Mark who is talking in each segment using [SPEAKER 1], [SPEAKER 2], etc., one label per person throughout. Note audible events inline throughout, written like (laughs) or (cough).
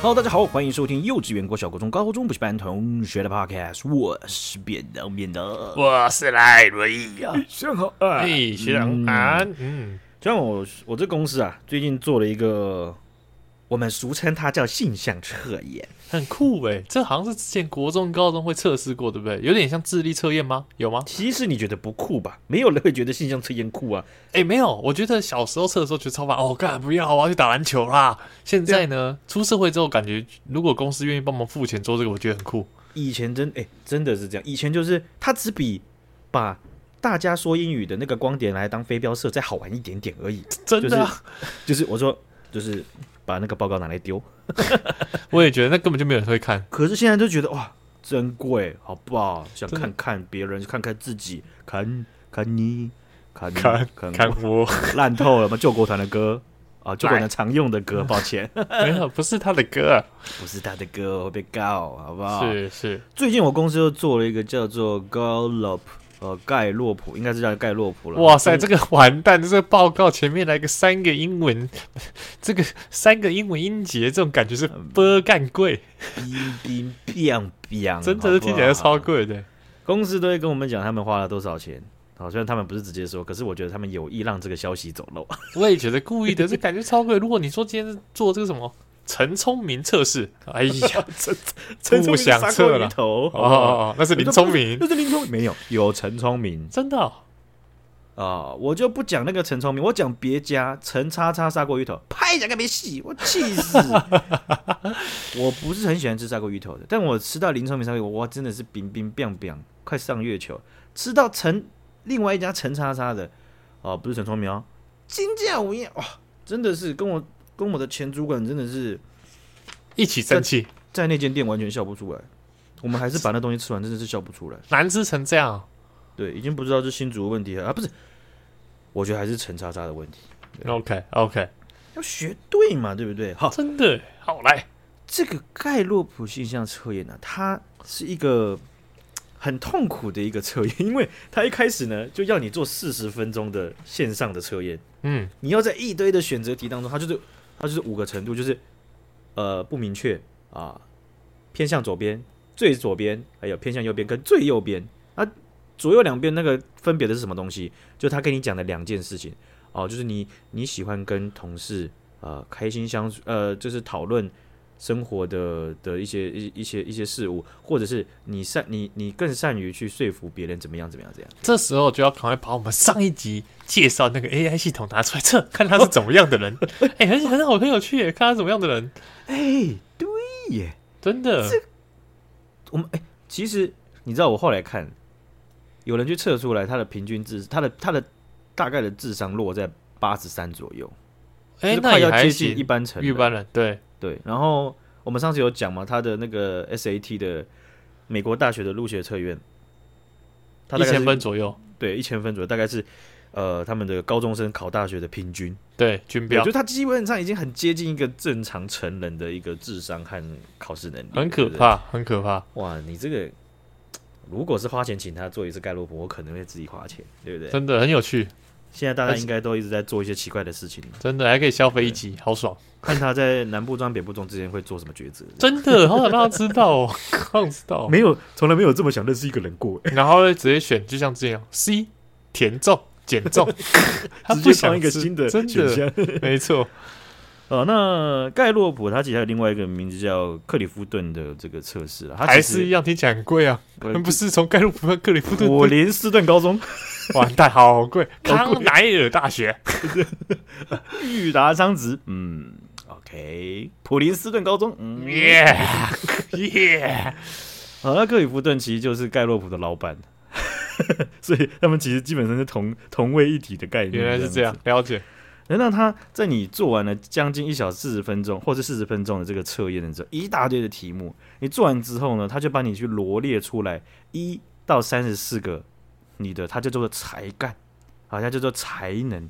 [SPEAKER 1] Hello，大家好，欢迎收听幼稚园、国小、国中、高中补习班同学的 Podcast，我是便当便当。
[SPEAKER 2] 我是赖瑞呀，
[SPEAKER 3] 正好啊，
[SPEAKER 2] 嘿，学长安，嗯，
[SPEAKER 1] 就像我我这公司啊，最近做了一个，我们俗称它叫性向测验，
[SPEAKER 2] 很酷哎，这好像是之前国中、高中会测试过，对不对？有点像智力测验吗？有吗？
[SPEAKER 1] 其实你觉得不酷吧？没有人会觉得性向测验酷啊。
[SPEAKER 2] 哎，没有，我觉得小时候测的时候觉得超烦，哦，干不要，我要去打篮球啦。现在呢，出社会之后，感觉如果公司愿意帮忙付钱做这个，我觉得很酷。
[SPEAKER 1] 以前真哎、真的是这样，以前就是它只比把大家说英语的那个光点来当飞镖射再好玩一点点而已。
[SPEAKER 2] (laughs) 真的啊、
[SPEAKER 1] 就是我说，就是把那个报告拿来丢。
[SPEAKER 2] 我也觉得那根本就没有人会看。
[SPEAKER 1] 可是现在就觉得哇，珍贵，好不好？想看看别人，看看自己，看看你，看
[SPEAKER 2] 看
[SPEAKER 1] 看
[SPEAKER 2] 看我，
[SPEAKER 1] 烂透了嘛！救国团的歌啊，救国
[SPEAKER 2] 来
[SPEAKER 1] 团常用的
[SPEAKER 2] (laughs)
[SPEAKER 1] 歌，抱歉，
[SPEAKER 2] 没有，不是他的歌啊，
[SPEAKER 1] (laughs) 不是他的歌，会被告，好不好？
[SPEAKER 2] 是是，
[SPEAKER 1] 最近我公司又做了一个叫做 Gallup，呃，盖洛普，应该是叫盖洛普了。
[SPEAKER 2] 哇塞，这个完蛋！这个报告前面来个三个英文， (laughs) 这个三个英文音节，这种感觉是
[SPEAKER 1] 嗯
[SPEAKER 2] 波干贵，
[SPEAKER 1] 冰冰冰冰，
[SPEAKER 2] 真的是听起来
[SPEAKER 1] 嗯好
[SPEAKER 2] 超
[SPEAKER 1] 不好
[SPEAKER 2] 贵的。
[SPEAKER 1] 公司都会跟我们讲他们花了多少钱。好，虽然他们不是直接说，可是我觉得他们有意让这个消息走漏。
[SPEAKER 2] 我也觉得故意的，这感觉超贵。如果你说今天是做这个什么陈聪明测试，哎
[SPEAKER 1] (laughs)
[SPEAKER 2] 呀，不想测了。
[SPEAKER 1] 头
[SPEAKER 2] 哦哦哦，那是林聪明
[SPEAKER 1] (laughs) 那，是林聪明没有，有陈聪明
[SPEAKER 2] 真的哦、
[SPEAKER 1] 啊、我就不讲那个陈聪明，我讲别家陈叉叉砂锅鱼头，拍一下个没戏，我气死。 (laughs) 我不是很喜欢吃砂锅鱼头的，但我吃到林聪明砂锅鱼头，哇，真的是冰冰冰冰，快上月球。吃到陈另外一家陈叉叉的，哦、不是陈聪明哦，金价午夜哇，真的是跟我跟我的前主管真的是
[SPEAKER 2] 一起生气，
[SPEAKER 1] 在那间店完全笑不出来。我们还是把那东西吃完，真的是笑不出来。
[SPEAKER 2] 难吃成这样。
[SPEAKER 1] 对，已经不知道是新竹的问题了啊，不是，我觉得还是陈渣渣的问题，
[SPEAKER 2] OK OK，
[SPEAKER 1] 要学对嘛，对不对？好，
[SPEAKER 2] 真的好来，
[SPEAKER 1] 这个盖洛普现象测验呢、它是一个嘖很痛苦的一个测验， (laughs) 因为它一开始呢就要你做四十分钟的线上的测验，
[SPEAKER 2] 嗯，
[SPEAKER 1] 你要在一堆的选择题当中，它就是它就是五个程度，就是呃不明确啊，偏向左边、最左边，还有偏向右边跟最右边。啊，左右两边那个分别的是什么东西？就他跟你讲的两件事情哦，就是你你喜欢跟同事呃开心相处，呃，就是讨论生活的的一些一一些一些事物，或者是你善你你更善于去说服别人怎么样怎么样怎样。
[SPEAKER 2] 这时候就要赶快把我们上一集介绍那个 AI 系统拿出来
[SPEAKER 1] (laughs)
[SPEAKER 2] 测，看他是怎么样的人。哎、很很好，很有趣耶，看他怎么样的人，
[SPEAKER 1] 哎，对耶，
[SPEAKER 2] 真的。
[SPEAKER 1] 我们哎、其实你知道，我后来看，有人去测出来他的平均智，他的他的大概的智商落在八十三左右，
[SPEAKER 2] 哎、
[SPEAKER 1] 就是
[SPEAKER 2] 那
[SPEAKER 1] 快
[SPEAKER 2] 也
[SPEAKER 1] 要
[SPEAKER 2] 还
[SPEAKER 1] 接近一
[SPEAKER 2] 行，
[SPEAKER 1] 般成
[SPEAKER 2] 一
[SPEAKER 1] 人
[SPEAKER 2] 般人对，
[SPEAKER 1] 对，然后我们上次有讲嘛，他的那个 SAT 的美国大学的入学测验，他
[SPEAKER 2] 一
[SPEAKER 1] 大概
[SPEAKER 2] 千
[SPEAKER 1] 是
[SPEAKER 2] 分左右，
[SPEAKER 1] 对一千分左右，大概是呃他们的高中生考大学的平均，
[SPEAKER 2] 对，均
[SPEAKER 1] 对，
[SPEAKER 2] 标
[SPEAKER 1] 就，他基本上已经很接近一个正常成人的一个智商和考试能力，
[SPEAKER 2] 很
[SPEAKER 1] 对
[SPEAKER 2] 可
[SPEAKER 1] 不对。
[SPEAKER 2] 怕，很可怕。
[SPEAKER 1] 哇，你这个如果是花钱请他做一次盖洛普，我可能会自己花钱，对不对？
[SPEAKER 2] 真的很有趣，
[SPEAKER 1] 现在大家
[SPEAKER 2] 而且
[SPEAKER 1] 应该都一直在做一些奇怪的事 (laughs) 情，
[SPEAKER 2] 真的还可以消费一集，好爽！
[SPEAKER 1] 看他在南部装北部装之间会做什么抉择。
[SPEAKER 2] (laughs) 真的，好想让他知道哦， (laughs) 好想知道哦。
[SPEAKER 1] 没有，从来没有这么想认识一个人 (laughs) 过。
[SPEAKER 2] 然后呢，直接选，就像这样，C 填中减重， (laughs) 他
[SPEAKER 1] 直接
[SPEAKER 2] 不
[SPEAKER 1] 放
[SPEAKER 2] 想
[SPEAKER 1] 一个
[SPEAKER 2] 吃
[SPEAKER 1] 新的
[SPEAKER 2] 真
[SPEAKER 1] 选
[SPEAKER 2] 的
[SPEAKER 1] 项。
[SPEAKER 2] (laughs) 没错。
[SPEAKER 1] 呃，那盖洛普他其实还有另外一个名字叫克里夫顿的这个测试啊，他
[SPEAKER 2] 还
[SPEAKER 1] 其实
[SPEAKER 2] 是一样，听起来很贵啊！
[SPEAKER 1] 不
[SPEAKER 2] 不是从盖洛普和克里夫顿
[SPEAKER 1] 普林斯顿高中
[SPEAKER 2] 完蛋，好贵！ (laughs) 康奈尔大学，
[SPEAKER 1] 裕达商职，嗯，OK，普林斯顿高中，嗯，
[SPEAKER 2] 耶 (laughs) 耶，
[SPEAKER 1] 好，那克里夫顿其实就是盖洛普的老板， (laughs) 所以他们其实基本上是同同位一体的概念。
[SPEAKER 2] 原来是这样
[SPEAKER 1] 子。，
[SPEAKER 2] 了解。
[SPEAKER 1] 能让他在你做完了将近一小时四十分钟，或是四十分钟的这个测验的时候，一大堆的题目，你做完之后呢，他就帮你去罗列出来一到三十四个你的，他叫做才干，好像叫做才能。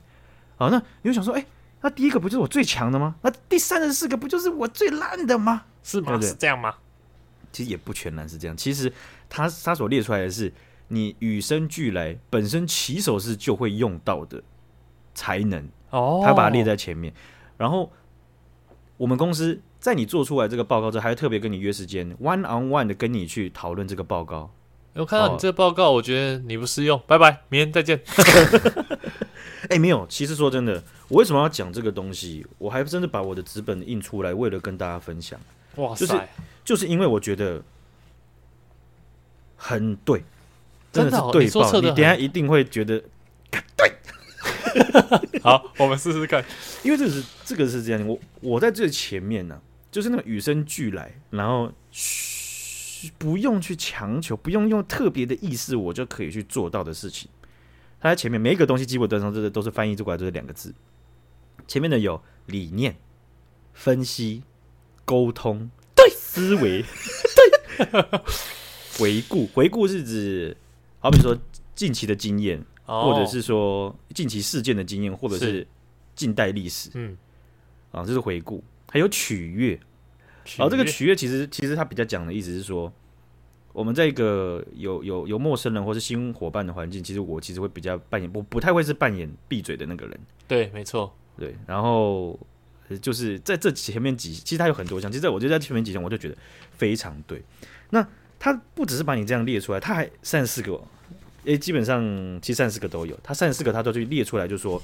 [SPEAKER 1] 好，那你就想说，哎、那第一个不就是我最强的吗？那第三十四个不就是我最烂的吗？
[SPEAKER 2] 是
[SPEAKER 1] 对
[SPEAKER 2] 吗？
[SPEAKER 1] 不对
[SPEAKER 2] 是这样吗？
[SPEAKER 1] 其实也不全然是这样。其实他他所列出来的是你与生俱来、本身起手式就会用到的才能，
[SPEAKER 2] 哦，
[SPEAKER 1] 他把它列在前面。然后我们公司在你做出来这个报告之后，还会特别跟你约时间，one on one 的跟你去讨论这个报告。
[SPEAKER 2] 我看到你这个报告，我觉得你不适用，拜拜，明天再见。
[SPEAKER 1] 哎、没有，其实说真的，我为什么要讲这个东西？我还真的把我的纸本印出来，为了跟大家分享，
[SPEAKER 2] 哇
[SPEAKER 1] 就是
[SPEAKER 2] 塞，
[SPEAKER 1] 就是因为我觉得很对，
[SPEAKER 2] 真
[SPEAKER 1] 的
[SPEAKER 2] 的
[SPEAKER 1] 是
[SPEAKER 2] 哦
[SPEAKER 1] 对
[SPEAKER 2] 你做
[SPEAKER 1] 爆。
[SPEAKER 2] 测
[SPEAKER 1] 你
[SPEAKER 2] 得
[SPEAKER 1] 等一下
[SPEAKER 2] 很
[SPEAKER 1] 一定会觉得，
[SPEAKER 2] 好，我们试试看。
[SPEAKER 1] 因为这是这个是这样，我我在最前面呢、就是那种与生俱来，然后嘘不用去强求，不用用特别的意识，我就可以去做到的事情。它在前面每一个东西基本上这个都是翻译过来就是两个字，前面的有理念、分析、沟通、对思维、对 (laughs) 回顾。回顾是指好比说近期的经验，
[SPEAKER 2] 哦
[SPEAKER 1] 或者是说近期事件的经验，或者是近代历史
[SPEAKER 2] 嗯，
[SPEAKER 1] 啊，这是回顾。还有取悦，
[SPEAKER 2] 取
[SPEAKER 1] 然哦后这个
[SPEAKER 2] 悦
[SPEAKER 1] 取悦其实其实他比较讲的意思是说，我们在一个有有有陌生人或是新伙伴的环境，其实我其实会比较扮演，我不太会是扮演闭嘴的那个人，
[SPEAKER 2] 对，没错，
[SPEAKER 1] 对。然后呃就是在这前面几，其实他有很多项，其实在我就在前面几项我就觉得非常对。那他不只是把你这样列出来，他还三十四个，诶，基本上其实三十四个都有，他三十四个他都去列出来，就说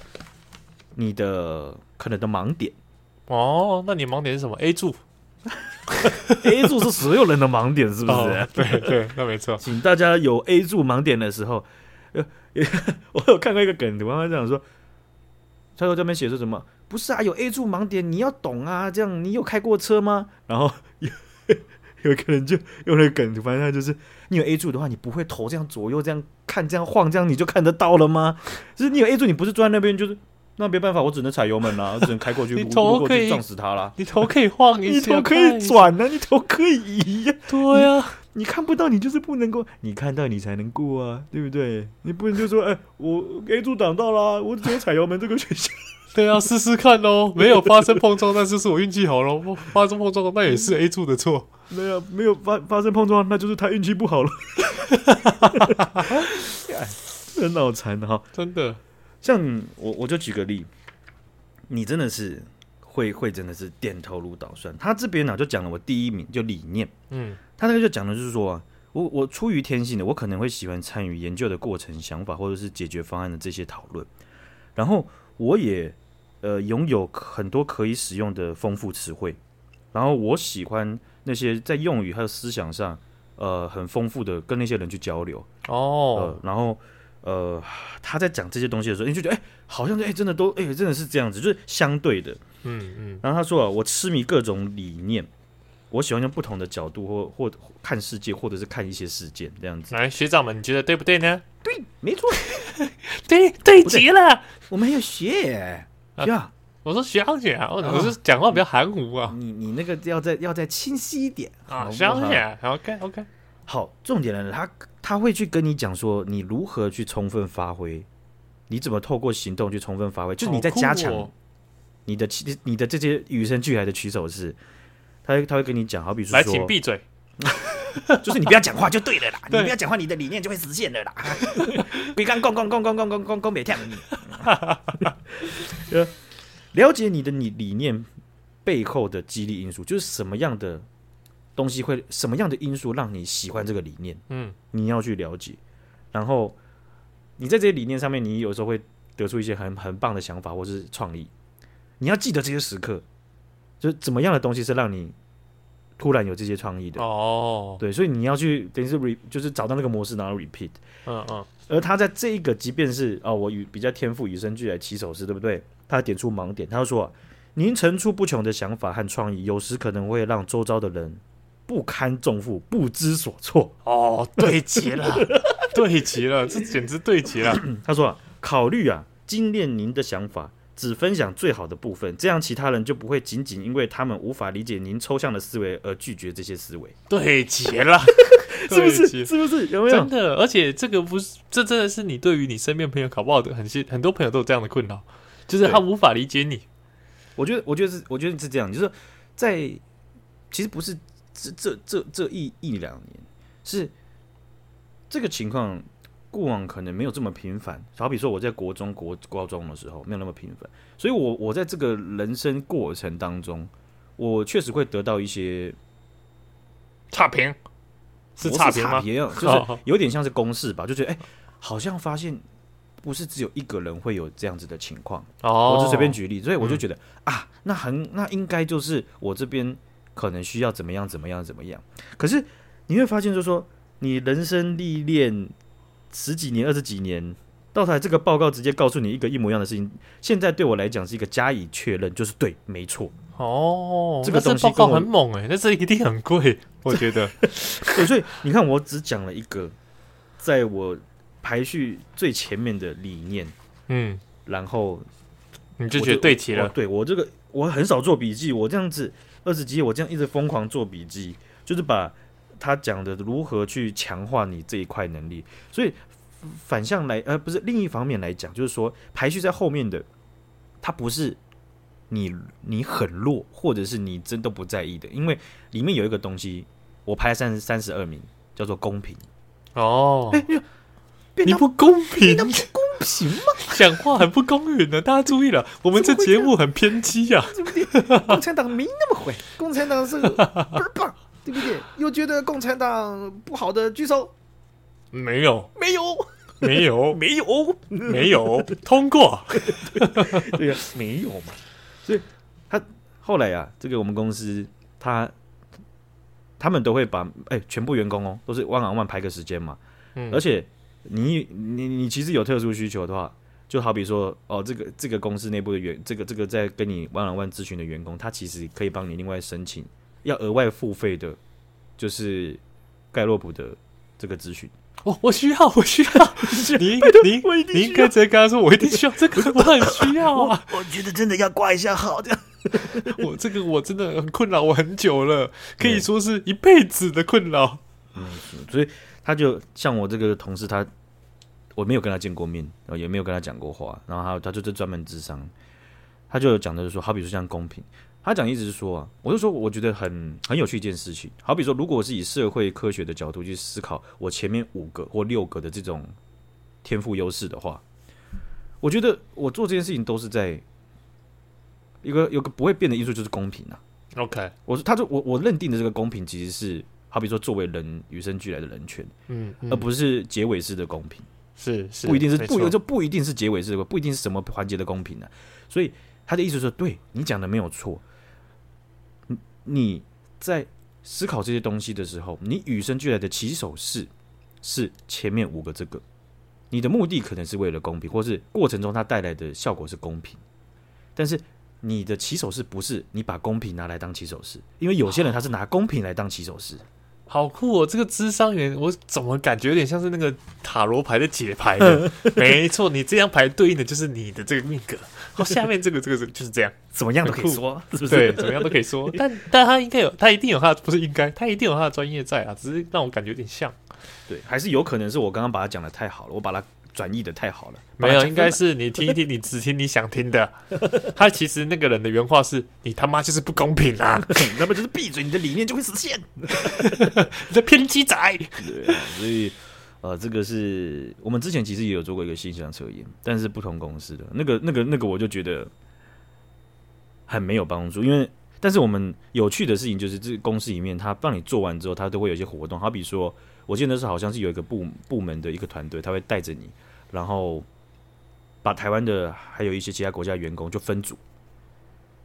[SPEAKER 1] 你的可能的盲点。
[SPEAKER 2] 哦，那你盲点是什么？A 柱，
[SPEAKER 1] A 柱是所有人的盲点，是不是？ (laughs)
[SPEAKER 2] 哦对对，那没错。
[SPEAKER 1] 请大家有 A 柱盲点的时候，呃， (laughs) 我有看过一个梗图，他这样说，他说这边写说什么？不是啊，有 A 柱盲点，你要懂啊，这样你有开过车吗？然后 (laughs) 有有一个人就用了梗图，反正他就是，你有 A 柱的话，你不会头这样左右这样看这样晃这样，你就看得到了吗？就是你有 A 柱，你不是坐在那边就是。那没办法，我只能踩油门啦、啊我只能开过去，
[SPEAKER 2] 你
[SPEAKER 1] 如
[SPEAKER 2] 头
[SPEAKER 1] 如果
[SPEAKER 2] 可
[SPEAKER 1] 去
[SPEAKER 2] 以
[SPEAKER 1] 撞死他啦。
[SPEAKER 2] 你头可以晃一
[SPEAKER 1] 你
[SPEAKER 2] 下，
[SPEAKER 1] 头可以
[SPEAKER 2] 看，
[SPEAKER 1] 转啊，你头可以移呀、啊
[SPEAKER 2] 对呀，
[SPEAKER 1] 你看不到，你就是不能过；你看到，你才能过啊，对不对？你不能就说，哎、我 A 柱挡到啦，我只有踩油门这个选项。
[SPEAKER 2] 对啊，试试看喽。没有发生碰撞，那就是我运气好喽。不发生碰撞，那也是 A 柱的错。
[SPEAKER 1] 没有，没有发发生碰撞，那就是他运气不好了。 (laughs) 哎真脑残啊哈！
[SPEAKER 2] 真的，
[SPEAKER 1] 像我，我就举个例，你真的是会会真的是点头如捣蒜。他这边呢、就讲了我第一名就理念，
[SPEAKER 2] 嗯，
[SPEAKER 1] 他那个就讲的就是说啊，我我出于天性的，我可能会喜欢参与研究的过程、想法或者是解决方案的这些讨论，然后我也呃拥有很多可以使用的丰富词汇，然后我喜欢那些在用语还有思想上呃很丰富的跟那些人去交流，
[SPEAKER 2] 哦
[SPEAKER 1] 呃，，然后呃，他在讲这些东西的时候，你就觉得哎、好像哎、真的都哎、真的是这样子，就是相对的。
[SPEAKER 2] 嗯嗯，
[SPEAKER 1] 然后他说啊，我痴迷各种理念，我喜欢用不同的角度或或看世界，或者是看一些事件这样子。
[SPEAKER 2] 来，学长们，你觉得对不对呢？
[SPEAKER 1] 没错，
[SPEAKER 2] 对，对
[SPEAKER 1] 不对
[SPEAKER 2] 极了。
[SPEAKER 1] 我们还有学
[SPEAKER 2] 啊
[SPEAKER 1] 呀，
[SPEAKER 2] 我说学长姐啊，我我是讲话比较含糊啊
[SPEAKER 1] 你你那个要再要再清晰一点
[SPEAKER 2] 啊，学
[SPEAKER 1] 想
[SPEAKER 2] 长姐啊，OK OK，
[SPEAKER 1] 好，重点来了，他他会去跟你讲说你如何去充分发挥，你怎么透过行动去充分发挥，就是你在加强
[SPEAKER 2] 好酷哦
[SPEAKER 1] 你的起你的这些与生俱来的取手式，他会他会跟你讲，好比说
[SPEAKER 2] 来，请闭嘴。
[SPEAKER 1] 就是你不要讲话就对了啦，你
[SPEAKER 2] 对
[SPEAKER 1] 不要讲话，你的理念就会实现了啦。鬼刚公公公公公公公公别跳你。呃了解你的你理念背后的激励因素，就是什么样的东西会，什么样的因素让你喜欢这个理念，
[SPEAKER 2] 嗯，
[SPEAKER 1] 你要去了解。然后你在这些理念上面，你有时候会得出一些很很棒的想法或是创意。你要记得这些时刻，就是怎么样的东西是让你突然有这些创意的。
[SPEAKER 2] 哦，
[SPEAKER 1] 对，所以你要去等于是 re 就是找到那个模式，然后 repeat。
[SPEAKER 2] 嗯嗯，
[SPEAKER 1] 而他在这一个，即便是哦，我与比较天赋与生俱来起手式，对不对？他点出盲点，他就说、啊，您层出不穷的想法和创意，有时可能会让周遭的人不堪重负、不知所措。
[SPEAKER 2] 哦，对极了， (laughs) 对极了，这简直对极了。
[SPEAKER 1] 嗯他说、啊，考虑啊，精炼您的想法，只分享最好的部分，这样其他人就不会仅仅因为他们无法理解您抽象的思维而拒绝这些思维，
[SPEAKER 2] 对极 (laughs) 了，
[SPEAKER 1] 是不
[SPEAKER 2] 对
[SPEAKER 1] 是？
[SPEAKER 2] 极？
[SPEAKER 1] 是不是？有没有
[SPEAKER 2] 真？的，而且这个不是，这真的是你对于你身边朋友搞不好的，很些很多朋友都有这样的困扰，就是他
[SPEAKER 1] 对
[SPEAKER 2] 无法理解你。
[SPEAKER 1] 我觉得，我觉得是，我觉得是这样，就是在其实不是这这这这一一两年，是这个情况，过往可能没有这么频繁。好比说我在国中、国高中的时候没有那么频繁，所以我我在这个人生过程当中，我确实会得到一些
[SPEAKER 2] 差评是
[SPEAKER 1] 不
[SPEAKER 2] 差评
[SPEAKER 1] 差
[SPEAKER 2] 吗？ (laughs) 哦
[SPEAKER 1] 评啊，就是有点像是公式吧，就觉得哎、好像发现不是只有一个人会有这样子的情况。
[SPEAKER 2] 哦，嗯
[SPEAKER 1] 我就随便举例，所以我就觉得、啊，那很那应该就是我这边可能需要怎么样怎么样怎么样。可是你会发现，就是说你人生历练十几年、二十几年，到台这个报告直接告诉你一个一模一样的事情，现在对我来讲是一个加以确认，就是对，没错。
[SPEAKER 2] 哦，
[SPEAKER 1] 这个
[SPEAKER 2] 那
[SPEAKER 1] 东西
[SPEAKER 2] 报告
[SPEAKER 1] 跟我
[SPEAKER 2] 很猛哎、那这一定很贵， (laughs) 我觉得。
[SPEAKER 1] (laughs) 对，所以你看，我只讲了一个，在我排序最前面的理念，
[SPEAKER 2] 嗯，
[SPEAKER 1] 然后
[SPEAKER 2] 你就
[SPEAKER 1] 我
[SPEAKER 2] 觉得对齐
[SPEAKER 1] 我
[SPEAKER 2] 了，
[SPEAKER 1] 对我这个我很少做笔记，我这样子二十集，我这样一直疯狂做笔记，就是把他讲的如何去强化你这一块能力。所以反反向来，呃，不是另一方面来讲，就是说排序在后面的，它不是你你很弱，或者是你真都不在意的，因为里面有一个东西，我排三三十二名，叫做公平。
[SPEAKER 2] 哦，
[SPEAKER 1] 哎、你变
[SPEAKER 2] 你
[SPEAKER 1] 到
[SPEAKER 2] 不公平，
[SPEAKER 1] 不行吗？
[SPEAKER 2] (laughs) 讲话很不公允的，啊大家注意了，我们这节目很偏激啊。
[SPEAKER 3] 共产党没那么坏，共产党是倍儿棒，对不对？有觉得共产党不好的举手，
[SPEAKER 2] 没有，
[SPEAKER 3] 没有，
[SPEAKER 2] (laughs) 没有，
[SPEAKER 3] 没有，
[SPEAKER 2] 没有通 (laughs) 过。
[SPEAKER 1] (laughs) 对呀、没有嘛。所以他后来啊，这个我们公司他他们都会把哎、全部员工哦都是 one on one 排个时间嘛，
[SPEAKER 2] 嗯
[SPEAKER 1] 而且你你你其实有特殊需求的话。就好比说，哦，这个这个公司内部的员，这个这个在跟你 one on one 咨询的员工，他其实可以帮你另外申请要额外付费的，就是盖洛普的这个咨询。
[SPEAKER 2] 哦我我需要，我需要， (laughs) 你你
[SPEAKER 1] 我一定
[SPEAKER 2] 你
[SPEAKER 1] 需
[SPEAKER 2] 应该直接跟他说，我一定需要这个，我很需要啊，
[SPEAKER 3] 我觉得真的要挂一下号，这样
[SPEAKER 2] (laughs) 我这个我真的很困扰我很久了，可以说是一辈子的困扰。
[SPEAKER 1] 所以他就像我这个同事他，我没有跟他见过面，然后也没有跟他讲过话，然后他他就是专门智商，他就有讲的就是说，好比说像公平，他讲的意思是说啊，我就说我觉得很很有趣一件事情，好比说如果我是以社会科学的角度去思考我前面五个或六个的这种天赋优势的话，我觉得我做这件事情都是在一个有个不会变的因素就是公平啊。
[SPEAKER 2] OK，
[SPEAKER 1] 我说，他就我我认定的这个公平，其实是好比说作为人与生俱来的人权，
[SPEAKER 2] 嗯，
[SPEAKER 1] 而不是结尾式的公平，
[SPEAKER 2] 是是
[SPEAKER 1] 不一定是
[SPEAKER 2] 没
[SPEAKER 1] 不
[SPEAKER 2] 错
[SPEAKER 1] 就不一定是结尾式的，不一定是什么环节的公平呢、啊所以他的意思是说，对你讲的没有错，你你在思考这些东西的时候，你与生俱来的起手式是前面五个这个，你的目的可能是为了公平，或是过程中它带来的效果是公平，但是。你的起手式不是你把公平拿来当起手式，因为有些人他是拿公平来当起
[SPEAKER 2] (laughs)
[SPEAKER 1] 手式，
[SPEAKER 2] 好酷哦！这个智商员，我怎么感觉有点像是那个塔罗牌的解牌 (laughs) 呢？没错，你这张牌对应的就是你的这个命格，哦，下面这个这个这个就是这样，
[SPEAKER 1] 怎么样都可以
[SPEAKER 2] 很酷
[SPEAKER 1] 说，是不是？
[SPEAKER 2] 对，怎么样都可以说。 (laughs) 但但他应该有，他一定有他的不是应该，他一定有他的专业在啊，只是让我感觉有点像。
[SPEAKER 1] 对，还是有可能是我刚刚把它讲的太好了，我把它转译的太好了。
[SPEAKER 2] 没
[SPEAKER 1] 把它
[SPEAKER 2] 有，
[SPEAKER 1] 讲
[SPEAKER 2] 应该是你听一听，你只听你想听的。 (laughs) 他其实那个人的原话是：“你他妈就是不公平啊， (laughs)
[SPEAKER 1] 成， (laughs) 那么就是闭嘴，你的理念就会实现。
[SPEAKER 2] 你这偏激仔。
[SPEAKER 1] 对、啊，所以呃，这个是我们之前其实也有做过一个形象测验，但是不同公司的那个、那个、那个，我就觉得很没有帮助，因为但是我们有趣的事情就是，这公司里面他帮你做完之后，他都会有一些活动，好比说，我记得那时候好像是有一个部部门的一个团队，他会带着你，然后把台湾的还有一些其他国家的员工就分组。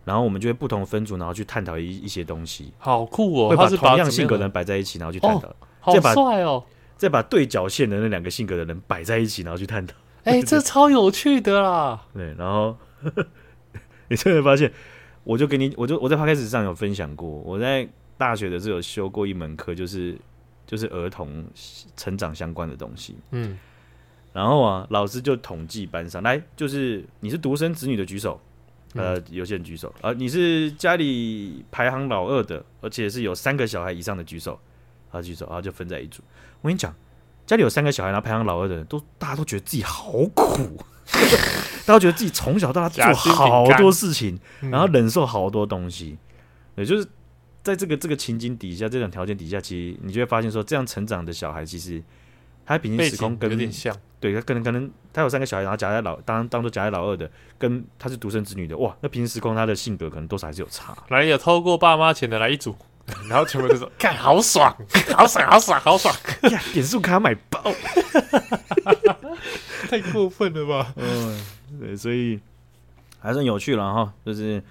[SPEAKER 1] 然后我们就会不同分组，然后去探讨一一些东西”，
[SPEAKER 2] 好酷哦！
[SPEAKER 1] 会
[SPEAKER 2] 他
[SPEAKER 1] 把
[SPEAKER 2] 是把
[SPEAKER 1] 同样
[SPEAKER 2] 怎么
[SPEAKER 1] 性格的
[SPEAKER 2] 的
[SPEAKER 1] 人摆在一起，然后去探
[SPEAKER 2] 哦
[SPEAKER 1] 讨。
[SPEAKER 2] 好
[SPEAKER 1] 再把
[SPEAKER 2] 帅哦！
[SPEAKER 1] 再把对角线的那两个性格的人摆在一起，然后去探讨。
[SPEAKER 2] 哎，这超有趣的啦！
[SPEAKER 1] 对，然后 (laughs) 你就会发现，我就给你，我就我在 p 开始上有分享过，我在大学的时候有修过一门课，就是就是儿童成长相关的东西。
[SPEAKER 2] 嗯，
[SPEAKER 1] 然后啊，老师就统计班上来，就是你是独生子女的举手，
[SPEAKER 2] 嗯
[SPEAKER 1] 呃，有些人举手，呃，你是家里排行老二的，而且是有三个小孩以上的举手，啊，举手，然后就分在一组。我跟你讲，家里有三个小孩，然后排行老二的人都大家都觉得自己好苦，
[SPEAKER 2] (laughs)
[SPEAKER 1] 大家都觉得自己从小到大做
[SPEAKER 2] 夹心饼干
[SPEAKER 1] 好多事情，
[SPEAKER 2] 嗯
[SPEAKER 1] 然后忍受好多东西，也就是在这个这个情景底下，这种条件底下，其实你就会发现说，这样成长的小孩其实他平行
[SPEAKER 2] 背
[SPEAKER 1] 时空
[SPEAKER 2] 景有
[SPEAKER 1] 跟
[SPEAKER 2] 点像，
[SPEAKER 1] 对他可能可能他有三个小孩，然后夹在老当当做夹在老二的，跟他是独生子女的，哇，那平行时空他的性格可能多少还是有差。
[SPEAKER 2] 来有偷过爸妈钱的来一组， (laughs) 然后全部都说 (laughs) 干好爽，好爽，好爽，好爽，
[SPEAKER 1] 呀，点数卡买爆，
[SPEAKER 2] (laughs) 太过分了吧？
[SPEAKER 1] 嗯， (laughs) 对，所以还算有趣了哈。就是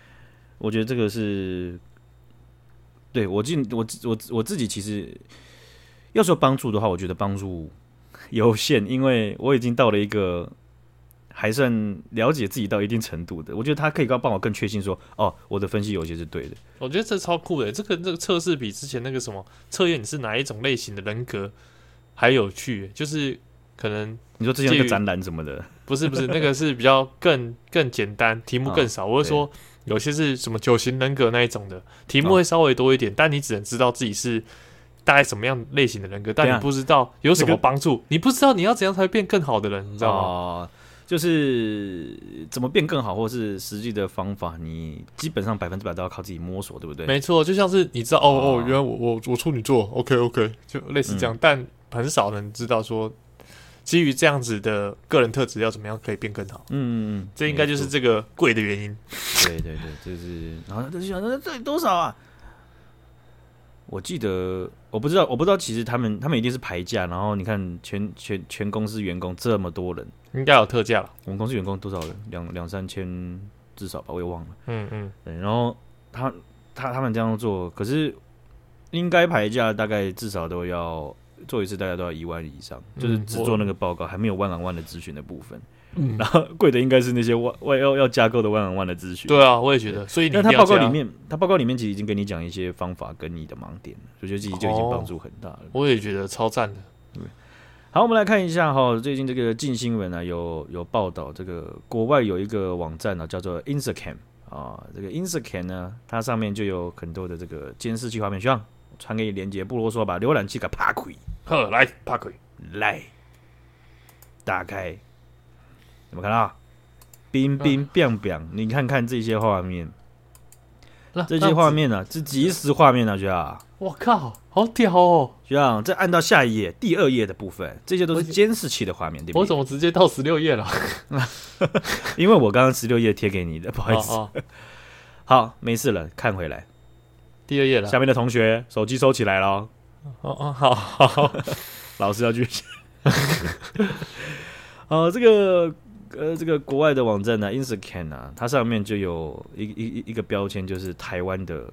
[SPEAKER 1] 我觉得这个是对我进我自我我自己其实要说帮助的话，我觉得帮助 (laughs) 有限，因为我已经到了一个还算了解自己到一定程度的。我觉得他可以帮帮我更确信说，哦，我的分析有些是对的。
[SPEAKER 2] 我觉得这超酷的，这个这个测试比之前那个什么测验你是哪一种类型的人格还有趣，就是可能
[SPEAKER 1] 你说之前那
[SPEAKER 2] 至
[SPEAKER 1] 个
[SPEAKER 2] 于
[SPEAKER 1] 展览什么的，
[SPEAKER 2] 不是不是那个是比较更 (laughs) 更简单，题目更少。我是说有些是什么九型人格那一种的，题目会稍微多一点，但你只能知道自己是。大概什么样类型的人格，但
[SPEAKER 1] 等一
[SPEAKER 2] 你
[SPEAKER 1] 下
[SPEAKER 2] 不知道有什
[SPEAKER 1] 这
[SPEAKER 2] 么
[SPEAKER 1] 个
[SPEAKER 2] 帮助，你不知道你要怎样才会变更好的人，你
[SPEAKER 1] 你
[SPEAKER 2] 知道吗？
[SPEAKER 1] 吗？就是怎么变更好，或是实际的方法，你基本上百分之百都要靠自己摸索，对不对？
[SPEAKER 2] 没错，就像是你知道，哦哦
[SPEAKER 1] 哦，
[SPEAKER 2] 原来我我我处女座，OK OK，就类似这样，但很少人知道说，基于这样子的个人特质要怎么样可以变更好，
[SPEAKER 1] 嗯，嗯嗯，
[SPEAKER 2] 这应该就是这个贵的原因。
[SPEAKER 1] 对对对，就是然后他就想说这里多少啊？我记得我不知道，我不知道，其实他们他们一定是排价，然后你看全全全公司员工这么多人，
[SPEAKER 2] 应该有特价了，
[SPEAKER 1] 我们公司员工多少人？两两三千至少吧，我也忘了。
[SPEAKER 2] 嗯嗯，
[SPEAKER 1] 对，然后他他他们这样做，可是应该排价大概至少都要做一次，大概都要一万以上，就是
[SPEAKER 2] 嗯
[SPEAKER 1] 只
[SPEAKER 2] 我
[SPEAKER 1] 做那个报告，还没有万 on 万的咨询的部分。
[SPEAKER 2] 嗯
[SPEAKER 1] 然后 (laughs) 贵的应该是那些外外要要架构的万 on 万的咨询。
[SPEAKER 2] 对啊，我也觉得，所以你
[SPEAKER 1] 但
[SPEAKER 2] 一
[SPEAKER 1] 他
[SPEAKER 2] 定
[SPEAKER 1] 报
[SPEAKER 2] 要
[SPEAKER 1] 告
[SPEAKER 2] 这
[SPEAKER 1] 里
[SPEAKER 2] 样。
[SPEAKER 1] 面，他报告里面其实已经跟你讲一些方法跟你的盲点了，所以就自己就已经
[SPEAKER 2] 哦
[SPEAKER 1] 帮助很大了。
[SPEAKER 2] 我也觉得超赞的，
[SPEAKER 1] 好，我们来看一下哈，最近这个近新闻呢、有有报道，这个国外有一个网站呢、叫做 Instacam 啊，这个 Instacam 呢，它上面就有很多的这个监视器画面，希望传给你连接，不啰嗦，把浏览器给啪开
[SPEAKER 2] 呵，来 p a
[SPEAKER 1] 来，打开，有没有看到？冰冰冰冰，你看看这些画面，这些画，面呢、是即时画面呢、学长。
[SPEAKER 2] 我靠，好屌哦！
[SPEAKER 1] 学长，再按到下一页，第二页的部分，这些都
[SPEAKER 2] 我
[SPEAKER 1] 是监视器的画面，对不
[SPEAKER 2] 我
[SPEAKER 1] 对
[SPEAKER 2] 怎？么直接到十六页了？
[SPEAKER 1] (laughs) 因为我刚刚十六页贴给你的， (laughs) 不好意思。
[SPEAKER 2] 哦哦，
[SPEAKER 1] 好，没事了，看回来。
[SPEAKER 2] 第二页了。
[SPEAKER 1] 下面的同学，手机收起来喽，
[SPEAKER 2] 哦哦，好好，
[SPEAKER 1] 老师要去。 (laughs) 呃，这个呃，这个国外的网站呢、i n s t a c a m 啊，它上面就有一一一一个标签，就是台湾的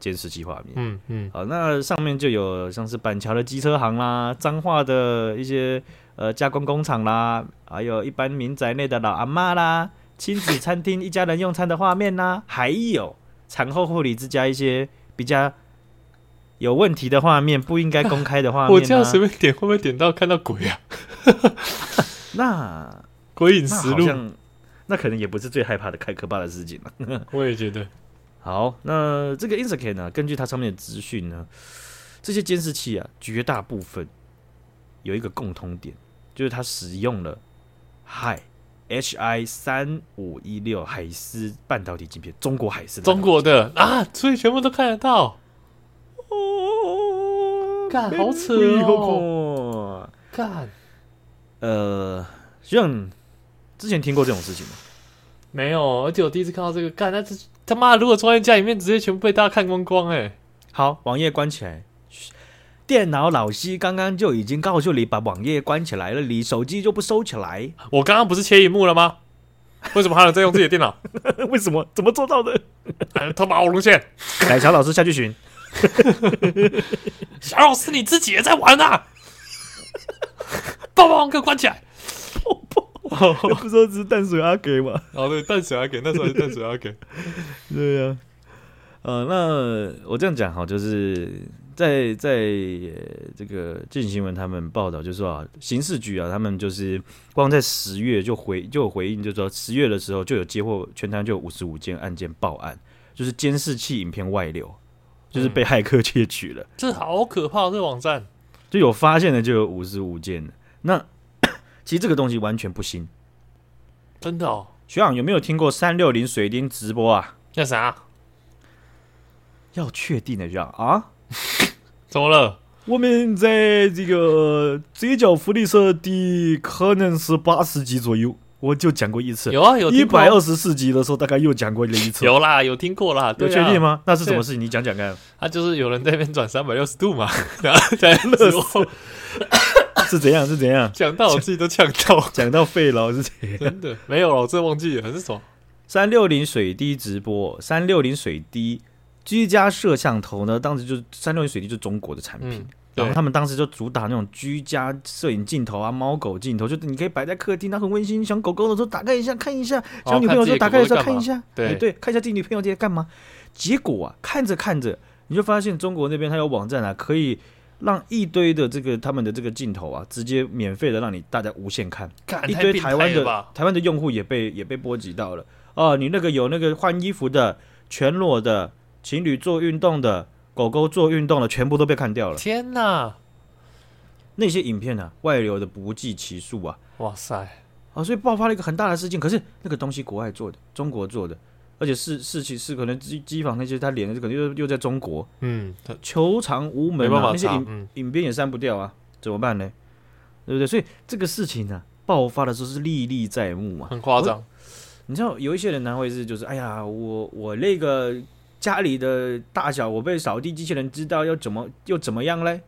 [SPEAKER 1] 监视器画面。
[SPEAKER 2] 嗯嗯，
[SPEAKER 1] 好，那上面就有像是板桥的机车行啦，彰化的一些呃加工工厂啦，还有一般民宅内的老阿妈啦，亲子餐厅一家人用餐的画面啦，还有产后护理之家一些比较有问题的画面，不应该公开的画
[SPEAKER 2] (laughs)
[SPEAKER 1] 面、
[SPEAKER 2] 我
[SPEAKER 1] 啊。
[SPEAKER 2] 这样随便点会不会点到看到鬼啊？
[SPEAKER 1] 那
[SPEAKER 2] 鬼影
[SPEAKER 1] 那
[SPEAKER 2] 实
[SPEAKER 1] 好
[SPEAKER 2] 录，
[SPEAKER 1] 像那可能也不是最害怕的、太可怕的事情了。
[SPEAKER 2] 我也觉得，
[SPEAKER 1] 好，那这个 Instacam 呢、根据它上面的资讯呢，这些监视器啊，绝大部分有一个共通点，就是它使用了 Hi HI 三五一六海思半导体晶片，中国海思的
[SPEAKER 2] 中国的啊，所以全部都看得到。
[SPEAKER 1] 哦，
[SPEAKER 2] 干好扯
[SPEAKER 1] 哎呦
[SPEAKER 2] 哦干，
[SPEAKER 1] 呃，徐亮之前听过这种事情吗？
[SPEAKER 2] 没有，而且我第一次看到这个，干，那这他妈的如果装在家里面，直接全部被大家看光光、欸，
[SPEAKER 1] 好，网页关起来。电脑老师刚刚就已经告诉你把网页关起来了，你手机就不收起来。
[SPEAKER 2] 哎，我刚刚不是切荧幕了吗？为什么还有人在用自己的电 (laughs) 脑？
[SPEAKER 1] (laughs) 为什么？怎么做到的？ (laughs)
[SPEAKER 2] 哎他妈欧龙线，
[SPEAKER 1] 奶茶老师下去 (laughs) 寻。
[SPEAKER 2] 小老师你自己也在玩啊！ (laughs) 霸王给我关起来！
[SPEAKER 1] 我哦不知道是淡水阿给嘛？
[SPEAKER 2] 哦，对，淡水阿给，那时候是淡水阿给，
[SPEAKER 1] (laughs) 对呀、呃，那我这样讲哈，就是在在、呃这个近新闻他们报道，就说啊，刑事局啊，他们就是光在十月就回就有回应，就说十月的时候就有接获全台湾就有五十五件案件报案，就是监视器影片外流，就是被骇客窃取了。
[SPEAKER 2] 这好可怕，这网站。
[SPEAKER 1] 就有发现的就有五十五件了。那 (coughs) 其实这个东西完全不新。
[SPEAKER 2] 真的哦，
[SPEAKER 1] 学长有没有听过三六零水晶直播啊？
[SPEAKER 2] 那啥，
[SPEAKER 1] 要确定的学长啊，
[SPEAKER 2] 怎么了？
[SPEAKER 1] 我们在这个嘴角福利社第可能是八十集左右，我就讲过一次。
[SPEAKER 2] 有啊，有
[SPEAKER 1] 一
[SPEAKER 2] 听过
[SPEAKER 1] 百二十四集的时候，大概又讲过了一次。
[SPEAKER 2] 有啦，有听过啦，
[SPEAKER 1] 有
[SPEAKER 2] 对
[SPEAKER 1] 确
[SPEAKER 2] 啊
[SPEAKER 1] 定？吗？那是什么事情？你讲讲看，
[SPEAKER 2] 他就是有人在那边转三百六十度 (laughs) 嘛，然后在乐我
[SPEAKER 1] 是怎样？是怎样？
[SPEAKER 2] 讲到我自己都呛到，
[SPEAKER 1] 讲到废了是怎样？
[SPEAKER 2] (laughs) 真的没有了，我真的忘记了，很爽。
[SPEAKER 1] 三六零水滴直播，三六零水滴居家摄像头呢，当时就是三六零水滴就是中国的产品。
[SPEAKER 2] 嗯，
[SPEAKER 1] 然
[SPEAKER 2] 对
[SPEAKER 1] 后，他们当时就主打那种居家摄影镜头啊，猫狗镜头，就你可以摆在客厅，它很温馨。想狗狗的时候打开一下看一下，
[SPEAKER 2] 哦
[SPEAKER 1] 想女朋友的时候打开的时候看一下，
[SPEAKER 2] 自己的狗狗在干嘛
[SPEAKER 1] 哎
[SPEAKER 2] 对
[SPEAKER 1] 对，看一下自己女朋友在干嘛。结果啊，看着看着，你就发现中国那边它有网站啊，可以让一堆的这个他们的这个镜头啊，直接免费的让你大家无限看。
[SPEAKER 2] 干
[SPEAKER 1] 一
[SPEAKER 2] 啊太
[SPEAKER 1] 堆
[SPEAKER 2] 变
[SPEAKER 1] 台湾
[SPEAKER 2] 态了
[SPEAKER 1] 的
[SPEAKER 2] 吧？
[SPEAKER 1] 台湾的用户也被也被波及到了。哦，你那个有那个换衣服的、全裸的、情侣做运动的、狗狗做运动的，全部都被看掉了。
[SPEAKER 2] 天哪，
[SPEAKER 1] 那些影片啊，外流的不计其数啊
[SPEAKER 2] 哇塞，
[SPEAKER 1] 啊，所以爆发了一个很大的事件。可是那个东西国外做的，中国做的，而且事事情是可能机机房那些他连的可能又又在中国，
[SPEAKER 2] 嗯，
[SPEAKER 1] 求偿无门、
[SPEAKER 2] 没
[SPEAKER 1] 啊，
[SPEAKER 2] 办法
[SPEAKER 1] 那些
[SPEAKER 2] 查
[SPEAKER 1] 影，
[SPEAKER 2] 嗯，
[SPEAKER 1] 影片也删不掉啊，怎么办呢？对不对？所以这个事情呢、爆发的时候是历历在目啊嘛。
[SPEAKER 2] 很夸张，
[SPEAKER 1] 你知道有一些人呢会是就是，哎呀，我我那个家里的大小，我被扫地机器人知道要怎么又怎么样嘞，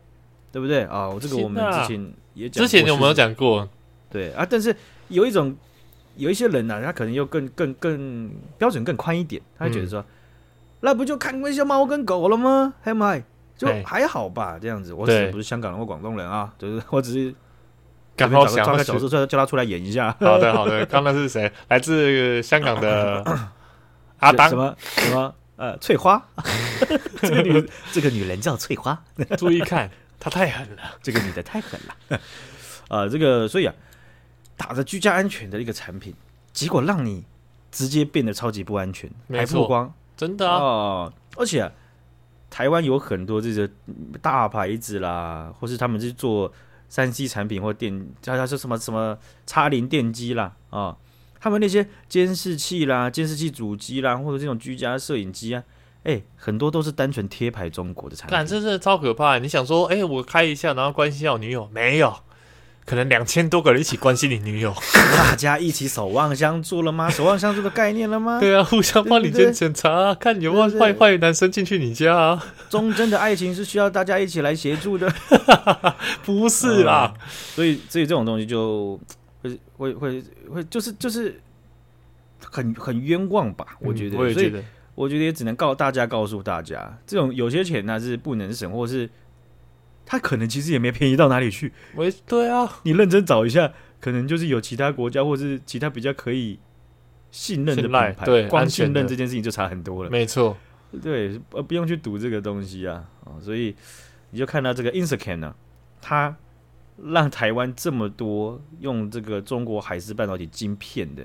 [SPEAKER 1] 对不对啊？这个我们
[SPEAKER 2] 天哪
[SPEAKER 1] 之前也讲
[SPEAKER 2] 之
[SPEAKER 1] 过，
[SPEAKER 2] 前有没有
[SPEAKER 1] 是？
[SPEAKER 2] 讲过？
[SPEAKER 1] 对啊，但是有一种有一些人呢、他可能又更更更标准更宽一点，他会觉得
[SPEAKER 2] 嗯
[SPEAKER 1] 说，那不就看那些猫跟狗了吗？还有没？就
[SPEAKER 2] 对
[SPEAKER 1] 还好吧，这样子。我只
[SPEAKER 2] 对
[SPEAKER 1] 是不是香港人或广东人啊，就是我只是
[SPEAKER 2] 刚
[SPEAKER 1] 随便
[SPEAKER 2] 好
[SPEAKER 1] 找个
[SPEAKER 2] 想
[SPEAKER 1] 抓
[SPEAKER 2] 到
[SPEAKER 1] 个角色出来，叫他出来演一下。
[SPEAKER 2] 好的，好 (laughs) 的，刚刚是谁？来自香港 (coughs) 的阿当
[SPEAKER 1] 什，么什么呃
[SPEAKER 2] (laughs)
[SPEAKER 1] 翠花，这个女这个女人叫翠花，
[SPEAKER 2] 注意看，他太狠了。
[SPEAKER 1] 这个女的太狠了， (laughs) 呃，这个所以啊，打着居家安全的一个产品，结果让你直接变得超级不安全，
[SPEAKER 2] 没
[SPEAKER 1] 还
[SPEAKER 2] 错
[SPEAKER 1] 曝光
[SPEAKER 2] 真的啊，
[SPEAKER 1] 哦、而且啊、台湾有很多这个嗯大牌子啦，或是他们是做三 C 产品或电，叫它是什么什么叉零电机啦啊、他们那些监视器啦、监视器主机啦，或者这种居家摄影机啊，哎、很多都是单纯贴牌中国的产
[SPEAKER 2] 干
[SPEAKER 1] 品。
[SPEAKER 2] 这真的超可怕。你想说，哎，我开一下，然后关心一下我女友，没有，可能两千多个人一起关心你女友。
[SPEAKER 1] 大家一起守望相助了吗？守望相助的概念了吗？
[SPEAKER 2] 对啊，互相帮你
[SPEAKER 1] 对对
[SPEAKER 2] 检检查啊，看有没
[SPEAKER 1] 对
[SPEAKER 2] 有
[SPEAKER 1] 对
[SPEAKER 2] 坏
[SPEAKER 1] 对
[SPEAKER 2] 坏男生进去你家啊？ (laughs)
[SPEAKER 1] 忠贞的爱情是需要大家一起来协助的。
[SPEAKER 2] 不是啦，
[SPEAKER 1] 啊所以所以这种东西就会会会会就是就是很很冤枉吧，我觉得，
[SPEAKER 2] 嗯我也
[SPEAKER 1] 所
[SPEAKER 2] 觉
[SPEAKER 1] 以
[SPEAKER 2] 得，
[SPEAKER 1] 我觉得也只能告大家告诉大家，这种有些钱呢、是不能省，或是他可能其实也没便宜到哪里去，
[SPEAKER 2] 我也对啊，
[SPEAKER 1] 你认真找一下，可能就是有其他国家或是其他比较可以。信任的
[SPEAKER 2] 信
[SPEAKER 1] 品
[SPEAKER 2] 赖
[SPEAKER 1] 牌，
[SPEAKER 2] 对
[SPEAKER 1] 光
[SPEAKER 2] 安全
[SPEAKER 1] 信
[SPEAKER 2] 的
[SPEAKER 1] 任这件事情就差很多了。
[SPEAKER 2] 没错，
[SPEAKER 1] 对，呃，不用去赌这个东西啊，哦、所以你就看到这个 Instacan 呢、它让台湾这么多用这个中国海思半导体晶片的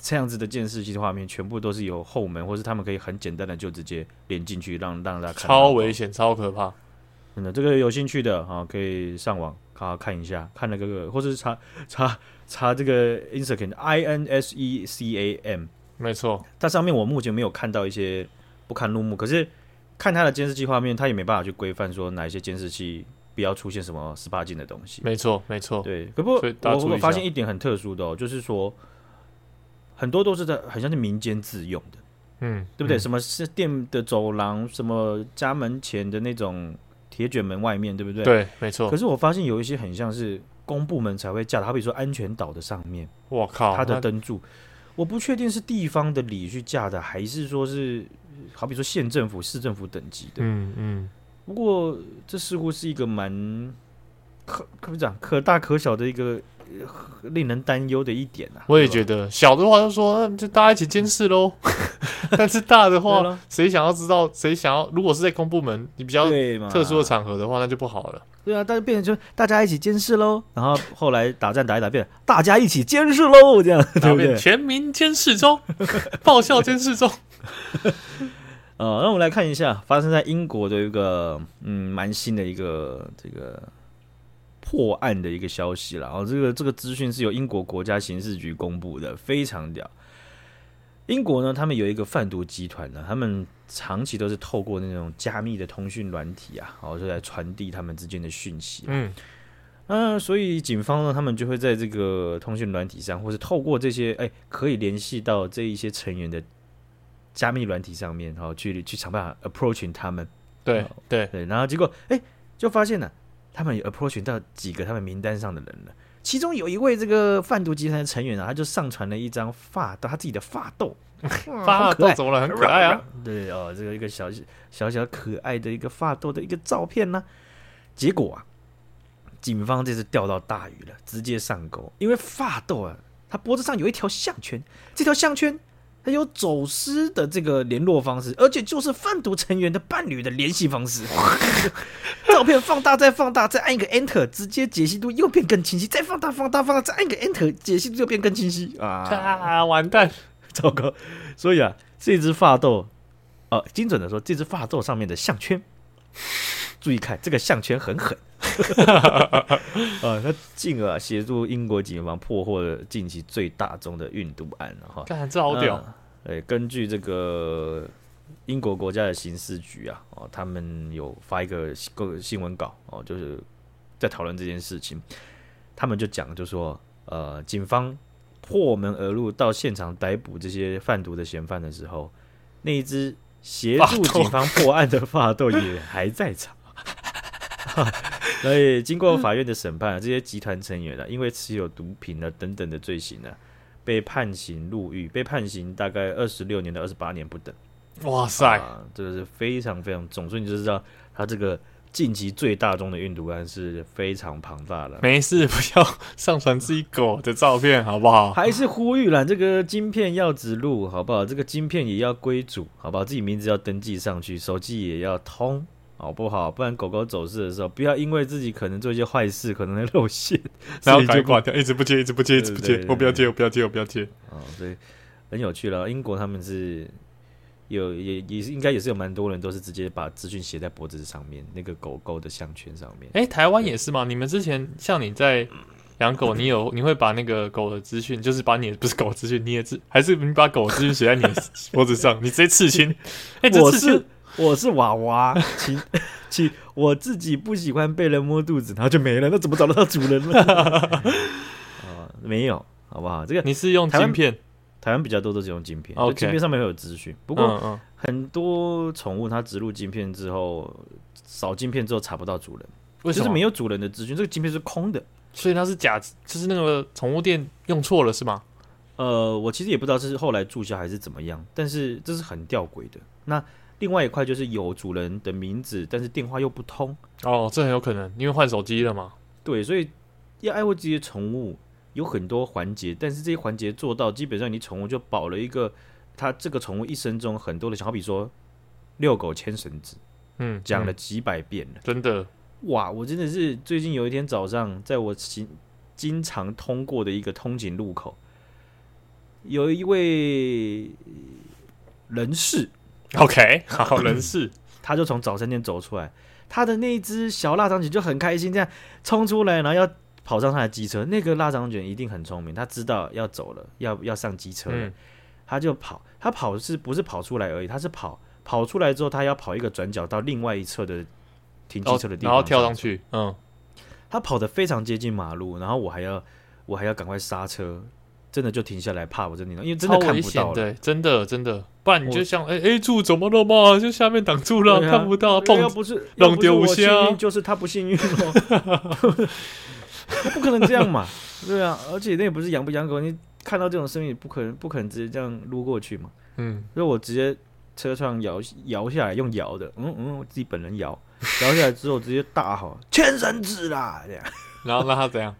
[SPEAKER 1] 这样子的监视器的画面，全部都是有后门，或是他们可以很简单的就直接连进去，让让大家看到。
[SPEAKER 2] 超危险，超可怕。
[SPEAKER 1] 真的，这个有兴趣的啊、可以上网啊看一下，看那个或是查查查这个 Instacan I N S E C A M。
[SPEAKER 2] 没错，
[SPEAKER 1] 它上面我目前没有看到一些不堪入目，可是看它的监视器画面，它也没办法去规范说哪一些监视器不要出现什么十八禁的东西。
[SPEAKER 2] 没错，没错，
[SPEAKER 1] 对，可不
[SPEAKER 2] 所以，大家
[SPEAKER 1] 我
[SPEAKER 2] 注意
[SPEAKER 1] 我
[SPEAKER 2] 一下
[SPEAKER 1] 发现一点很特殊的哦，就是说很多都是在很像是民间自用的，
[SPEAKER 2] 嗯，
[SPEAKER 1] 对不对？
[SPEAKER 2] 嗯？
[SPEAKER 1] 什么是店的走廊，什么家门前的那种铁卷门外面，对不对？。
[SPEAKER 2] 对，没错
[SPEAKER 1] 可。是我发现有一些很像是公部门才会架的，好比说安全岛的上面。
[SPEAKER 2] 我靠，
[SPEAKER 1] 它的
[SPEAKER 2] 那
[SPEAKER 1] 灯柱，我不确定是地方的里去架的，还是说是好比说县政府、市政府等级的。
[SPEAKER 2] 嗯嗯，
[SPEAKER 1] 不过这似乎是一个蛮可可不讲可大可小的一个、呃令人担忧的一点啊。
[SPEAKER 2] 我也觉得小的话就说，嗯就大家一起监视
[SPEAKER 1] (laughs)
[SPEAKER 2] 喽。但是大的
[SPEAKER 1] 对
[SPEAKER 2] 话
[SPEAKER 1] 咯，
[SPEAKER 2] 谁想要知道？谁想要？如果是在公部门，你比
[SPEAKER 1] 对吧啊
[SPEAKER 2] 较
[SPEAKER 1] 对嘛，
[SPEAKER 2] 特殊的场合的话，那就不好了。
[SPEAKER 1] 对啊，但是变成就大家一起监视喽，然后后来打战打一打变成大家一起监视喽，这样 (laughs) 对
[SPEAKER 2] 然后变
[SPEAKER 1] 不对？
[SPEAKER 2] 全民监视
[SPEAKER 1] (laughs)
[SPEAKER 2] 中，爆笑监视中。
[SPEAKER 1] 呃，让我们来看一下发生在英国的一个嗯蛮新的一个这个破案的一个消息了。哦，这个这个资讯是由英国国家刑事局公布的，非常屌。英国呢，他们有一个贩毒集团呢，他们长期都是透过那种加密的通讯软体啊，然后就来传递他们之间的讯息。
[SPEAKER 2] 嗯，
[SPEAKER 1] 嗯、所以警方呢，他们就会在这个通讯软体上，或是透过这些哎、可以联系到这一些成员的加密软体上面，然后去去想办法 approaching 他们。
[SPEAKER 2] 对
[SPEAKER 1] 好
[SPEAKER 2] 对，
[SPEAKER 1] 对，然后结果哎、就发现了、他们有 approach 到几个他们名单上的人了。其中有一位这个贩毒集团的成员啊，他就上传了一张发豆，他自己的发豆，
[SPEAKER 2] 发
[SPEAKER 1] 好可
[SPEAKER 2] 豆
[SPEAKER 1] 爱
[SPEAKER 2] 怎么了？很可爱啊，
[SPEAKER 1] 对哦，这个一个小小小可爱的一个发豆的一个照片呢、结果啊，警方这次钓到大鱼了，直接上钩，因为发豆啊，他脖子上有一条项圈，这条项圈它有走私的这个联络方式，而且就是贩毒成员的伴侣的联系方式。 (laughs) 照片放大再放大，再按一个 Enter，直接解析度又变更清晰。再放大放大放大，再按一个 Enter，解析度又变更清晰
[SPEAKER 2] (laughs)
[SPEAKER 1] 啊！
[SPEAKER 2] 啊，完蛋，
[SPEAKER 1] (laughs) 糟糕！所以啊，这只发豆，呃，精准的说，这只发豆上面的项圈， (laughs) 注意看，这个项圈很狠。 (laughs) 呃，他进而啊协助英国警方破获了近期最大宗的运毒案了哈。
[SPEAKER 2] 看这好屌，
[SPEAKER 1] 呃，根据这个英国国家的刑事局啊，哦，他们有发一个新新闻稿哦，就是在讨论这件事情。他们就讲，就说，呃，警方破门而入到现场逮捕这些贩毒的嫌犯的时候，那一只协
[SPEAKER 2] 发豆
[SPEAKER 1] 助警方破案的发豆也还在场。 (laughs) 所以经过法院的审判，啊这些集团成员啊，因为持有毒品啊等等的罪行呢、啊，被判刑入狱，被判刑大概二十六年到二十八年不等。
[SPEAKER 2] 哇塞，
[SPEAKER 1] 啊，这个是非常非常重，所以你就知道他这个近期最大宗的运毒案是非常庞大的。
[SPEAKER 2] 没事，不要上传自己狗的照片，好不好？
[SPEAKER 1] (laughs) 还是呼吁啦，这个晶片要植入，好不好？这个晶片也要归主，好不好？自己名字要登记上去，手机也要通，好不好？不然狗狗走失的时候，不要因为自己可能做一些坏事，可能会露馅，
[SPEAKER 2] 然
[SPEAKER 1] 所
[SPEAKER 2] 后
[SPEAKER 1] 以
[SPEAKER 2] 赶快
[SPEAKER 1] 就
[SPEAKER 2] 挂掉，一直不接，一直不接，一直不
[SPEAKER 1] 对
[SPEAKER 2] 接
[SPEAKER 1] 对，对
[SPEAKER 2] 我不要接，我不要接，我不要接。
[SPEAKER 1] (laughs) 哦，所以很有趣了。英国他们是有也也是应该也是有蛮多人都是直接把资讯写在脖子上面，那个狗狗的项圈上面。
[SPEAKER 2] 哎，台湾也是吗？你们之前像你在养狗，你有你会把那个狗的资讯，就是把你的不是狗的资讯，你也是还是你把狗的资讯写在你的脖子
[SPEAKER 1] (laughs)
[SPEAKER 2] 上，你直接刺青？哎，这
[SPEAKER 1] 我
[SPEAKER 2] 刺青
[SPEAKER 1] 是我是娃娃，请 (laughs) 请我自己不喜欢被人摸肚子，然后就没了，那怎么找得到主人呢？ (laughs) 啊、没有，好不好？这个
[SPEAKER 2] 你是用
[SPEAKER 1] 台湾
[SPEAKER 2] 晶片？
[SPEAKER 1] 台湾比较多都是用晶片，就
[SPEAKER 2] OK
[SPEAKER 1] 晶片上面会有资讯。不
[SPEAKER 2] 不
[SPEAKER 1] 过
[SPEAKER 2] 嗯嗯，
[SPEAKER 1] 很多宠物它植入晶片之后，扫晶片之后查不到主人，
[SPEAKER 2] 为
[SPEAKER 1] 就
[SPEAKER 2] 什
[SPEAKER 1] 是
[SPEAKER 2] 么
[SPEAKER 1] 没？有主人的资讯，这个晶片是空的。
[SPEAKER 2] 所以它是假，就是那个宠物店用错了是吗？
[SPEAKER 1] 呃，我其实也不知道这是后来注销还是怎么样，但是这是很吊诡的。那另外一块就是有主人的名字，但是电话又不通。
[SPEAKER 2] 哦，这很有可能，因为换手机了嘛。
[SPEAKER 1] 对，所以要爱护自己的宠物有很多环节，但是这些环节做到，基本上你宠物就保了一个它这个宠物一生中很多的想，好比说遛狗牵绳子，
[SPEAKER 2] 嗯，
[SPEAKER 1] 讲了
[SPEAKER 2] 嗯
[SPEAKER 1] 几百遍了。
[SPEAKER 2] 真的，
[SPEAKER 1] 哇，我真的是最近有一天早上，在我经经常通过的一个通勤路口，有一位人士，
[SPEAKER 2] OK，好 (laughs) 人
[SPEAKER 1] (laughs)
[SPEAKER 2] 事，
[SPEAKER 1] 他就从早餐店走出来，他的那一只小腊肠犬就很开心，这样冲出来，然后要跑上他的机车。那个腊肠犬一定很聪明，他知道要走了，要要上机车了，
[SPEAKER 2] 嗯，
[SPEAKER 1] 他就跑。他跑是不是跑出来而已？他是跑跑出来之后，他要跑一个转角到另外一侧的停机
[SPEAKER 2] 哦
[SPEAKER 1] 车的地
[SPEAKER 2] 然
[SPEAKER 1] 方，
[SPEAKER 2] 后跳上。去，嗯，
[SPEAKER 1] 他跑得非常接近马路，然后我还要我还要赶快刹车，真的就停下来，怕我真的，因为真的
[SPEAKER 2] 超
[SPEAKER 1] 看
[SPEAKER 2] 危
[SPEAKER 1] 不
[SPEAKER 2] 险
[SPEAKER 1] 到了。
[SPEAKER 2] 的，真的真的，不然你就
[SPEAKER 1] 我
[SPEAKER 2] 像哎 A 柱怎么了嘛，就下面挡住了，
[SPEAKER 1] 对啊
[SPEAKER 2] 看不到，
[SPEAKER 1] 要
[SPEAKER 2] 蹦
[SPEAKER 1] 不是
[SPEAKER 2] 弄
[SPEAKER 1] 要不是
[SPEAKER 2] 丢
[SPEAKER 1] 我
[SPEAKER 2] 无
[SPEAKER 1] 幸
[SPEAKER 2] 虾
[SPEAKER 1] 运，就是他不幸运哦。不可能这样嘛？对啊，而且那也不是养不养狗，你看到这种生命，不可能不可能直接这样撸过去嘛。
[SPEAKER 2] 嗯，
[SPEAKER 1] 所以我直接车窗摇摇下来，用摇的，嗯嗯，我自己本人摇，摇下来之后直接大吼牵绳子啦，这样
[SPEAKER 2] 然后让他怎样？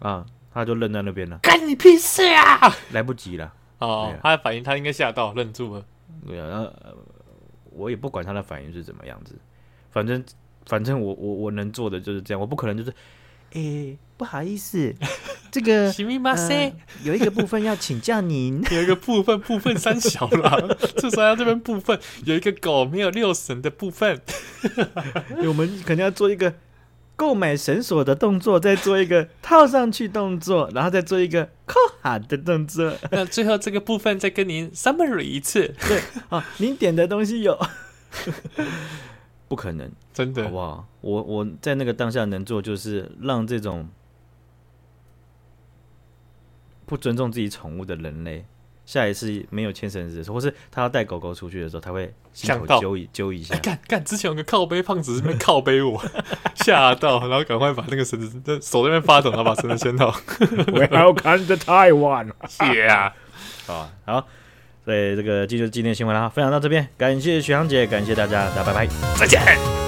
[SPEAKER 1] 啊，他就愣在那边了，
[SPEAKER 2] 干你屁事啊！
[SPEAKER 1] 来不及了。
[SPEAKER 2] (laughs)
[SPEAKER 1] 对
[SPEAKER 2] 哦
[SPEAKER 1] 啊，
[SPEAKER 2] 他的反应，他应该吓到，愣住了。
[SPEAKER 1] 对啊，然后呃我也不管他的反应是怎么样子，反正反正我我我能做的就是这样，我不可能就是，诶、不好意思，这 (laughs) 个
[SPEAKER 2] 行密马塞
[SPEAKER 1] 呃有一个部分要请教 (laughs) 您。
[SPEAKER 2] 有一个部分部分三小
[SPEAKER 1] (laughs)
[SPEAKER 2] 啦，至少要这边部分有一个狗没有六神的部分，
[SPEAKER 1] 我们可能要做一个购买绳索的动作，再做一个套上去动作，然后再做一个扣好的动作。 (laughs)
[SPEAKER 2] 那最后这个部分再跟您 summary 一次，
[SPEAKER 1] 对，啊，您点的东西有， (laughs) 不可能，
[SPEAKER 2] 真
[SPEAKER 1] 好
[SPEAKER 2] 的
[SPEAKER 1] 不好？我我在那个当下能做就是让这种不尊重自己宠物的人类，下一次没有牵绳子的时候，或是他要带狗狗出去的时候，他会心
[SPEAKER 2] 想
[SPEAKER 1] 口
[SPEAKER 2] 到
[SPEAKER 1] 揪一揪一
[SPEAKER 2] (laughs)
[SPEAKER 1] 下
[SPEAKER 2] 哎，。干干！之前有个靠背胖子在那边靠背我， (laughs) 吓到，然后赶快把那个绳子在手在那边发抖，然后把绳子牵到。
[SPEAKER 3] Welcome
[SPEAKER 2] (laughs)
[SPEAKER 3] to Taiwan。
[SPEAKER 2] 谢啊！
[SPEAKER 1] 好啊，好，所以这个这就是今天的新闻了哈，分享到这边，感谢徐航姐，感谢大家，大家拜拜。
[SPEAKER 2] 再见。